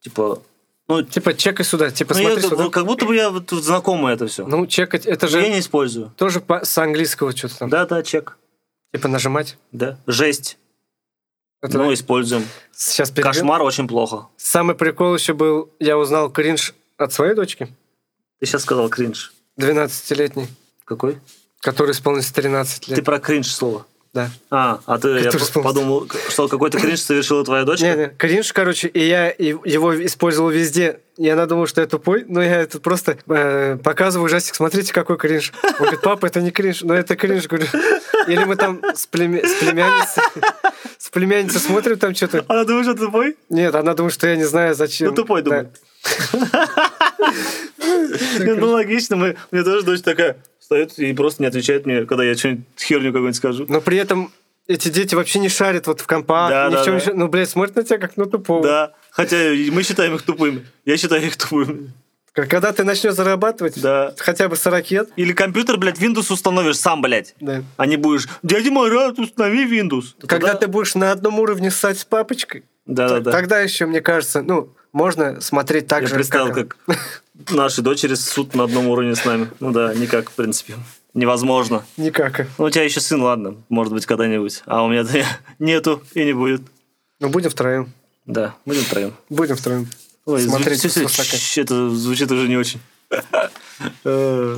[SPEAKER 3] Типа, ну, ну,
[SPEAKER 2] Типа чекай сюда, типа
[SPEAKER 3] я
[SPEAKER 2] смотри
[SPEAKER 3] как,
[SPEAKER 2] сюда.
[SPEAKER 3] как будто бы я вот тут знакомый это все.
[SPEAKER 2] Ну, чекать, это
[SPEAKER 3] я
[SPEAKER 2] же
[SPEAKER 3] не использую.
[SPEAKER 2] тоже по- с английского что-то там.
[SPEAKER 3] Да, да, чек.
[SPEAKER 2] Типа нажимать.
[SPEAKER 3] Да. Жесть.
[SPEAKER 2] Это
[SPEAKER 3] ну, используем.
[SPEAKER 2] сейчас перейдем.
[SPEAKER 3] Кошмар очень плохо.
[SPEAKER 2] Самый прикол еще был, я узнал кринж от своей дочки,
[SPEAKER 3] Ты сейчас сказал кринж.
[SPEAKER 2] 12-летней,
[SPEAKER 3] Какой?
[SPEAKER 2] которой исполнилось 13 лет.
[SPEAKER 3] Ты про кринж слово.
[SPEAKER 2] Да.
[SPEAKER 3] А, а ты я
[SPEAKER 2] Который
[SPEAKER 3] по-
[SPEAKER 2] вспомнил.
[SPEAKER 3] подумал, что какой-то кринж совершила твоя дочка?
[SPEAKER 2] Не, не, кринж, короче, и я и- его использовал везде. И она думала, что я тупой, но я это просто э, показываю ужастик, смотрите, какой кринж. Он говорит, папа, это не кринж, но это кринж, говорю. Или мы там с, племя- с племянницей, с племянницей смотрим там что-то.
[SPEAKER 3] Она думает, что ты тупой?
[SPEAKER 2] Нет, она думает, что я не знаю, зачем.
[SPEAKER 3] Ну, тупой
[SPEAKER 2] Да.
[SPEAKER 3] думает. Ну, логично. мы- Мне тоже дочь такая встает и просто не отвечает мне, когда я что-нибудь херню какую-нибудь скажу.
[SPEAKER 2] Но при этом эти дети вообще не шарят вот в компах,
[SPEAKER 3] Да,
[SPEAKER 2] ни в
[SPEAKER 3] да,
[SPEAKER 2] чем
[SPEAKER 3] да.
[SPEAKER 2] еще. Ну, блядь, смотрят на тебя как на тупого.
[SPEAKER 3] Да. Хотя и мы считаем их тупыми. Я считаю их тупыми.
[SPEAKER 2] Когда ты начнешь зарабатывать,
[SPEAKER 3] Да.
[SPEAKER 2] хотя бы с ракет,
[SPEAKER 3] Или компьютер, блядь, Windows установишь сам, блядь.
[SPEAKER 2] да.
[SPEAKER 3] А не будешь, дядя Марат, установи Windows.
[SPEAKER 2] Когда ты будешь на одном уровне ссать с папочкой,
[SPEAKER 3] Да-да-да.
[SPEAKER 2] тогда еще, мне кажется, ну, можно смотреть так
[SPEAKER 3] Я
[SPEAKER 2] же,
[SPEAKER 3] представил,
[SPEAKER 2] как-
[SPEAKER 3] как наши дочери суд на одном уровне с нами. Ну да, никак, в принципе. Невозможно.
[SPEAKER 2] Никак.
[SPEAKER 3] Ну, у тебя еще сын, ладно, может быть, когда-нибудь. А у меня нету и не будет.
[SPEAKER 2] Ну, будем втроем.
[SPEAKER 3] Да, будем втроем.
[SPEAKER 2] Будем втроем.
[SPEAKER 3] Ой,
[SPEAKER 2] Смотреть
[SPEAKER 3] звучит-
[SPEAKER 2] с высока.
[SPEAKER 3] чш, это звучит уже не очень. Э,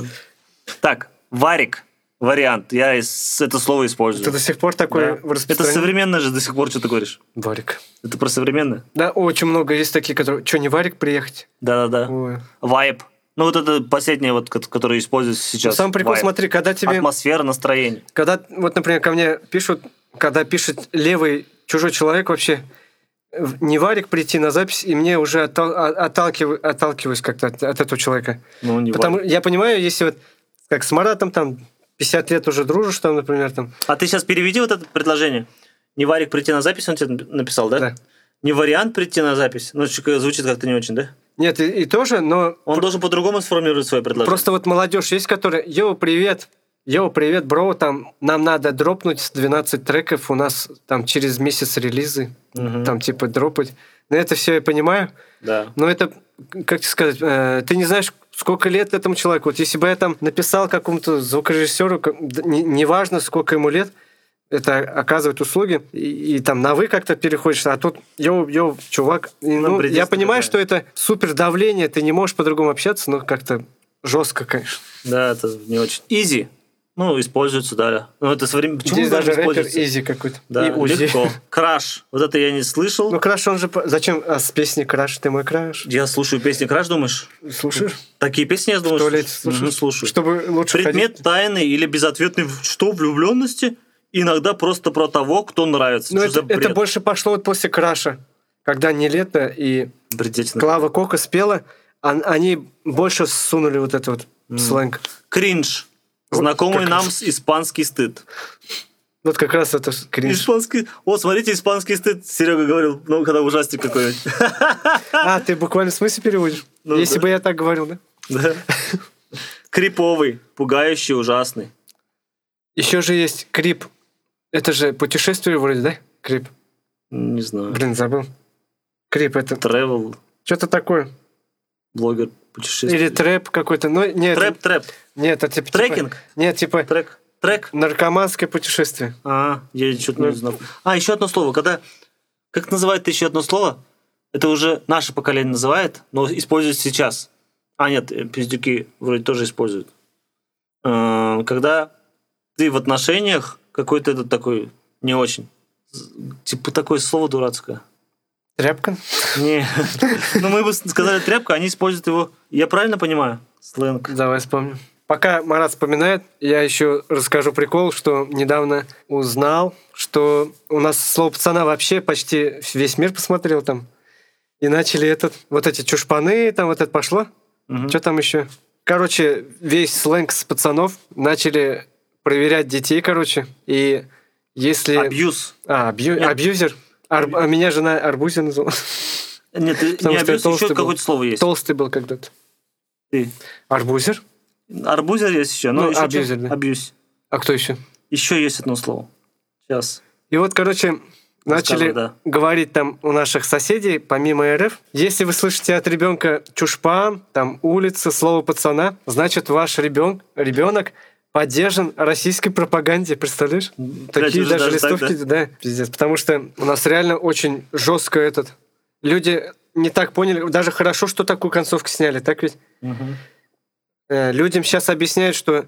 [SPEAKER 3] Так, варик. Вариант. Я из- это слово использую.
[SPEAKER 2] Ты до сих пор такой
[SPEAKER 3] Да. Это
[SPEAKER 2] распространен?
[SPEAKER 3] современное же до сих пор, что ты говоришь.
[SPEAKER 2] Варик.
[SPEAKER 3] Это про современное?
[SPEAKER 2] Да, очень много есть такие, которые... Че, не варик приехать?
[SPEAKER 3] Да-да-да.
[SPEAKER 2] Ой.
[SPEAKER 3] Вайб. Ну, вот это последнее, вот, ко- которое используется сейчас.
[SPEAKER 2] Сам прикол,
[SPEAKER 3] Вайб.
[SPEAKER 2] смотри, когда тебе...
[SPEAKER 3] Атмосфера, настроение.
[SPEAKER 2] Когда, вот, например, ко мне пишут, когда пишет левый чужой человек вообще, в- не варик прийти на запись, и мне уже оттал- а- отталкив- отталкиваюсь как-то от, от этого человека.
[SPEAKER 3] Ну, не
[SPEAKER 2] Потому
[SPEAKER 3] вайб.
[SPEAKER 2] я понимаю, если вот как с Маратом там 50 лет уже дружишь, там, например, там.
[SPEAKER 3] А ты сейчас переведи вот это предложение. Не варик прийти на запись, он тебе нап- написал, да?
[SPEAKER 2] Да.
[SPEAKER 3] Не вариант прийти на запись. Ну, чё- звучит как-то не очень, да?
[SPEAKER 2] Нет, и, и тоже, но
[SPEAKER 3] Он должен по-другому сформулировать свое предложение.
[SPEAKER 2] просто вот молодежь есть, которая, йоу, привет, йоу, привет, бро, там, нам надо дропнуть с 12 треков, у нас там через месяц релизы,
[SPEAKER 3] Мгм.
[SPEAKER 2] там типа дропать. Но это все я понимаю,
[SPEAKER 3] Да.
[SPEAKER 2] Ну, это, как тебе сказать, э, ты не знаешь, сколько лет этому человеку. Вот если бы я там написал какому-то звукорежиссеру, как- д- не- неважно, сколько ему лет, это оказывает услуги, и, и там на «вы» как-то переходишь, а тут «йоу-йоу, чувак». И,
[SPEAKER 3] Ну,
[SPEAKER 2] ну,
[SPEAKER 3] бредец
[SPEAKER 2] я понимаю,
[SPEAKER 3] такая.
[SPEAKER 2] что это супер давление, ты не можешь по-другому общаться, но как-то жестко, конечно.
[SPEAKER 3] Да, это не очень. Изи. Ну, используется, да. Ну, это современ... Почему
[SPEAKER 2] Здесь
[SPEAKER 3] даже
[SPEAKER 2] даже рэпер
[SPEAKER 3] используется?
[SPEAKER 2] Изи какой-то.
[SPEAKER 3] Да,
[SPEAKER 2] и Узи.
[SPEAKER 3] легко. Краш. Вот это я не слышал.
[SPEAKER 2] Ну, Краш, он же... по- Зачем а, с песни «Краш ты мой краш»?
[SPEAKER 3] Я слушаю песни Краш, думаешь?
[SPEAKER 2] Слушаешь?
[SPEAKER 3] Такие песни, я думаю,
[SPEAKER 2] В туалете
[SPEAKER 3] что-
[SPEAKER 2] слушаешь?
[SPEAKER 3] Мгм, слушаю.
[SPEAKER 2] Чтобы лучше
[SPEAKER 3] Предмет
[SPEAKER 2] ходить.
[SPEAKER 3] тайны или безответной в- что влюбленности иногда просто про того, кто нравится.
[SPEAKER 2] Ну,
[SPEAKER 3] Что
[SPEAKER 2] это,
[SPEAKER 3] за бред?
[SPEAKER 2] это больше пошло вот после краша, когда не лето, и
[SPEAKER 3] Бредятина.
[SPEAKER 2] Клава Кока спела, а- они больше сунули вот этот вот сленг.
[SPEAKER 3] Кринж.
[SPEAKER 2] Вот
[SPEAKER 3] Знакомый
[SPEAKER 2] как
[SPEAKER 3] нам
[SPEAKER 2] раз.
[SPEAKER 3] с испанский стыд.
[SPEAKER 2] Вот как раз это кринж.
[SPEAKER 3] Испанский... О, смотрите, испанский стыд, Серега говорил, ну, когда ужастик какой-нибудь.
[SPEAKER 2] А, ты буквально в смысле переводишь?
[SPEAKER 3] Ну
[SPEAKER 2] Если
[SPEAKER 3] да.
[SPEAKER 2] бы я так говорил, да?
[SPEAKER 3] Да. Криповый, пугающий, ужасный.
[SPEAKER 2] Еще же есть Крип. Это же путешествие вроде, да? Крип.
[SPEAKER 3] Не знаю.
[SPEAKER 2] Блин, забыл. Крип это
[SPEAKER 3] Тревел,
[SPEAKER 2] что-то такое.
[SPEAKER 3] блогер,
[SPEAKER 2] Или
[SPEAKER 3] путешествие.
[SPEAKER 2] трэп какой-то. Но нет,
[SPEAKER 3] Трэп, трэп,
[SPEAKER 2] нет, это типа...
[SPEAKER 3] Трекинг?
[SPEAKER 2] типа- Нет, типа
[SPEAKER 3] трек, трек.
[SPEAKER 2] наркоманское путешествие.
[SPEAKER 3] А, я что-то
[SPEAKER 2] Ну,
[SPEAKER 3] не знал. А, еще одно слово. Когда, как называют еще одно слово? Это уже наше поколение называет, но используют сейчас. А, нет, э, пиздюки вроде тоже используют. Э, Когда ты в отношениях какой-то этот такой не очень. З- Типа такое слово дурацкое.
[SPEAKER 2] Тряпка?
[SPEAKER 3] Не. Ну, мы бы сказали тряпка, они используют его. Я правильно понимаю? Сленг.
[SPEAKER 2] Давай вспомним. Пока Марат вспоминает, я еще расскажу прикол, что недавно узнал, что у нас слово пацана вообще почти весь мир посмотрел там. И начали этот, вот эти чушпаны, там вот это пошло.
[SPEAKER 3] Мгм.
[SPEAKER 2] Что там еще? Короче, весь сленг с пацанов начали проверять детей, короче. И если...
[SPEAKER 3] Абьюз.
[SPEAKER 2] А, абью-
[SPEAKER 3] Нет.
[SPEAKER 2] абьюзер. Ар- а меня жена Арбузин назвала.
[SPEAKER 3] Нет, ты
[SPEAKER 2] Потому
[SPEAKER 3] не
[SPEAKER 2] что я
[SPEAKER 3] абьюз, еще
[SPEAKER 2] толстый был.
[SPEAKER 3] какое-то слово есть.
[SPEAKER 2] Толстый был когда-то.
[SPEAKER 3] Ты.
[SPEAKER 2] Арбузер?
[SPEAKER 3] Арбузер есть еще. Ну,
[SPEAKER 2] Ну,
[SPEAKER 3] еще
[SPEAKER 2] абьюзер,
[SPEAKER 3] что?
[SPEAKER 2] да.
[SPEAKER 3] Абьюз.
[SPEAKER 2] А кто еще?
[SPEAKER 3] Еще есть одно слово. Сейчас.
[SPEAKER 2] И вот, короче, начали
[SPEAKER 3] да.
[SPEAKER 2] говорить там у наших соседей, помимо РФ, если вы слышите от ребенка чушпан, там улица, слово пацана, значит ваш ребенок, ребенок поддержан российской пропаганде, представляешь? Такие
[SPEAKER 3] уже
[SPEAKER 2] даже,
[SPEAKER 3] даже так,
[SPEAKER 2] листовки, да? пиздец. Потому что у нас реально очень жестко этот... Люди не так поняли, даже хорошо, что такую концовку сняли, так ведь? Э, людям сейчас объясняют, что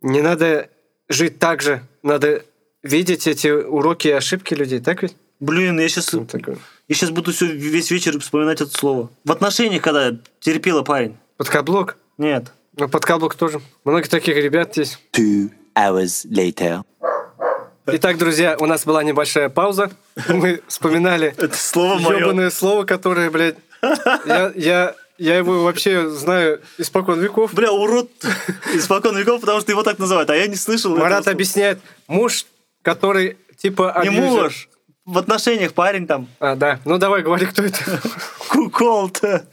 [SPEAKER 2] не надо жить так же, надо видеть эти уроки и ошибки людей, так ведь? Ну,
[SPEAKER 3] Блин, я сейчас,
[SPEAKER 2] Вот такое.
[SPEAKER 3] я сейчас буду всю, весь вечер вспоминать это слово. В отношениях, когда терпела парень.
[SPEAKER 2] Подкаблок.
[SPEAKER 3] Нет.
[SPEAKER 2] Ну, подкаблок тоже. Много таких ребят есть.
[SPEAKER 4] Two hours later.
[SPEAKER 2] Итак, друзья, у нас была небольшая пауза. Мы вспоминали
[SPEAKER 3] Это слово
[SPEAKER 2] ебаное слово, которое, блядь, я, я, я его вообще знаю испокон веков.
[SPEAKER 3] Бля, урод испокон веков, потому что его так называют, а я не слышал. этого
[SPEAKER 2] Марат
[SPEAKER 3] слова.
[SPEAKER 2] объясняет, муж, который типа
[SPEAKER 3] Не
[SPEAKER 2] абьюзер.
[SPEAKER 3] муж. В отношениях парень там.
[SPEAKER 2] А, да. Ну, давай, говори, кто это.
[SPEAKER 3] Кукол-то.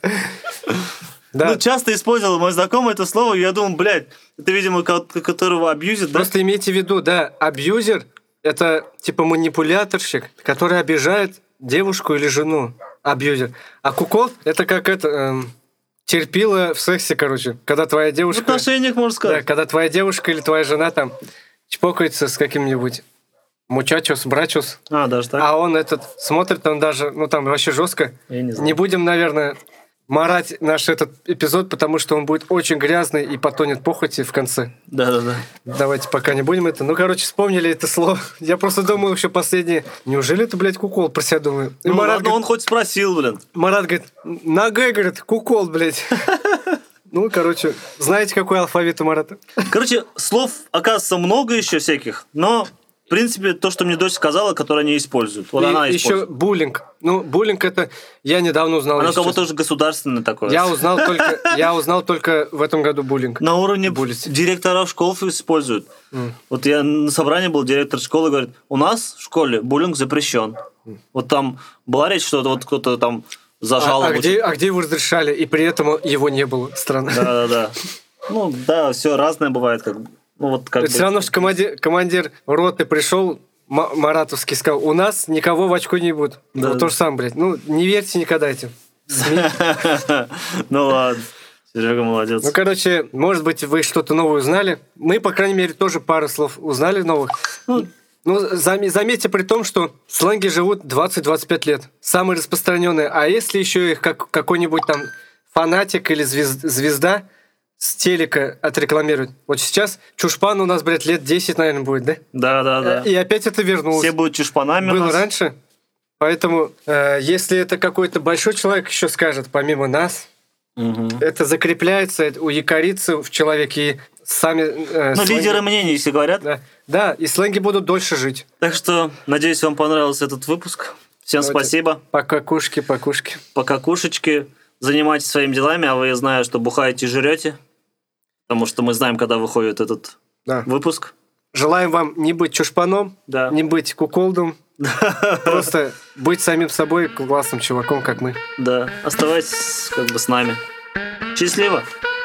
[SPEAKER 2] Да.
[SPEAKER 3] Ну, часто использовал мой знакомый это слово, и я думал, блядь, это, видимо, ко- которого абьюзит, да?
[SPEAKER 2] Просто имейте в виду, да, абьюзер – это типа манипуляторщик, который обижает девушку или жену. Абьюзер. А кукол – это как это, эм, терпила в сексе, короче. Когда твоя
[SPEAKER 3] В
[SPEAKER 2] девушка...
[SPEAKER 3] отношениях, можно
[SPEAKER 2] Да,
[SPEAKER 3] сказать.
[SPEAKER 2] когда твоя девушка или твоя жена там чпокается с каким-нибудь мучачус, брачус.
[SPEAKER 3] А, даже так?
[SPEAKER 2] А он этот смотрит, он даже, ну там вообще жестко.
[SPEAKER 3] Я не знаю.
[SPEAKER 2] Не будем, наверное, марать наш этот эпизод, потому что он будет очень грязный и потонет похоти в конце.
[SPEAKER 3] Да-да-да.
[SPEAKER 2] Давайте пока не будем это. Ну, короче, вспомнили это слово. Я просто думал еще последнее. Неужели это, блядь, кукол про себя думаю? И
[SPEAKER 3] Ну
[SPEAKER 2] Марат,
[SPEAKER 3] ладно, он
[SPEAKER 2] говорит,
[SPEAKER 3] хоть спросил, блин.
[SPEAKER 2] Марат говорит, на Г, говорит, кукол, блядь. Ну, короче, знаете, какой алфавит у Марата?
[SPEAKER 3] Короче, слов, оказывается, много еще всяких, но, в принципе, то, что мне дочь сказала, которое они используют. Вот
[SPEAKER 2] И
[SPEAKER 3] она
[SPEAKER 2] еще
[SPEAKER 3] использует.
[SPEAKER 2] буллинг. Ну, буллинг это я недавно узнал.
[SPEAKER 3] Оно
[SPEAKER 2] если
[SPEAKER 3] как будто
[SPEAKER 2] честно.
[SPEAKER 3] уже государственное такое.
[SPEAKER 2] Я узнал только, я узнал только в этом году буллинг.
[SPEAKER 3] На уровне
[SPEAKER 2] Булить.
[SPEAKER 3] директоров школ используют. Вот я на собрании был, директор школы говорит, у нас в школе буллинг запрещен. Вот там была речь, что вот кто-то там зажал.
[SPEAKER 2] А, а где, а где его разрешали? И при этом его не было. Странно.
[SPEAKER 3] Да-да-да. Ну да, все разное бывает. Как... Ну, вот как бы-
[SPEAKER 2] Все равно, что команди- командир роты пришел, Ма- Маратовский сказал, у нас никого в очко не будет.
[SPEAKER 3] Да.
[SPEAKER 2] Ну, то же самое, блядь. Ну, не верьте никогда этим.
[SPEAKER 3] Ну ладно. Серега молодец.
[SPEAKER 2] Ну, короче, может быть, вы что-то новое узнали. Мы, по крайней мере, тоже пару слов узнали новых.
[SPEAKER 3] Ну,
[SPEAKER 2] Ну, заме- заметьте при том, что сленги живут 20-25 лет. Самые распространенные. А если еще их как какой-нибудь там фанатик или звез- звезда с телека отрекламирует. Вот сейчас Чушпан у нас, блядь, лет 10, наверное, будет, да?
[SPEAKER 3] Да-да-да.
[SPEAKER 2] И опять это вернулось.
[SPEAKER 3] Все будут чушпанами. у
[SPEAKER 2] было
[SPEAKER 3] нас.
[SPEAKER 2] раньше. Поэтому, э, если это какой-то большой человек еще скажет, помимо нас,
[SPEAKER 3] Мгм.
[SPEAKER 2] это закрепляется, это якорится в человеке и сами... э,
[SPEAKER 3] Ну,
[SPEAKER 2] сленги-
[SPEAKER 3] лидеры мнений, если говорят.
[SPEAKER 2] Да. Да, и сленги будут дольше жить.
[SPEAKER 3] Так что, надеюсь, вам понравился этот выпуск. Всем
[SPEAKER 2] Давайте.
[SPEAKER 3] спасибо.
[SPEAKER 2] Пока кушки, покушки.
[SPEAKER 3] Пока кушечки. Занимайтесь своими делами, а вы, я знаю, что бухаете и жрете. Потому что мы знаем, когда выходит этот
[SPEAKER 2] Да.
[SPEAKER 3] выпуск.
[SPEAKER 2] Желаем вам не быть чушпаном,
[SPEAKER 3] Да.
[SPEAKER 2] не быть куколдом, просто быть самим собой классным чуваком, как мы.
[SPEAKER 3] Да. Оставайтесь как бы с нами. Счастливо!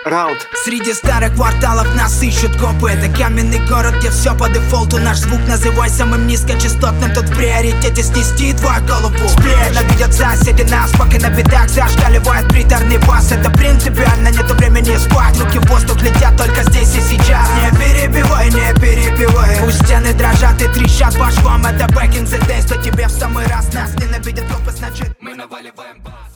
[SPEAKER 2] Раунд.
[SPEAKER 5] Среди старых кварталов нас ищут копы Это каменный город, где все по дефолту Наш звук называй самым низкочастотным Тут в приоритете снести твою голову Сплея ненавидят соседи нас, пока на бедах Зашкаливает приторный бас Это принципиально, нету времени спать Руки в воздух летят только здесь и сейчас Не перебивай, не перебивай Пусть стены дрожат и трещат по швам Это back in the days, то тебе в самый раз Нас ненавидят копы, значит мы наваливаем бас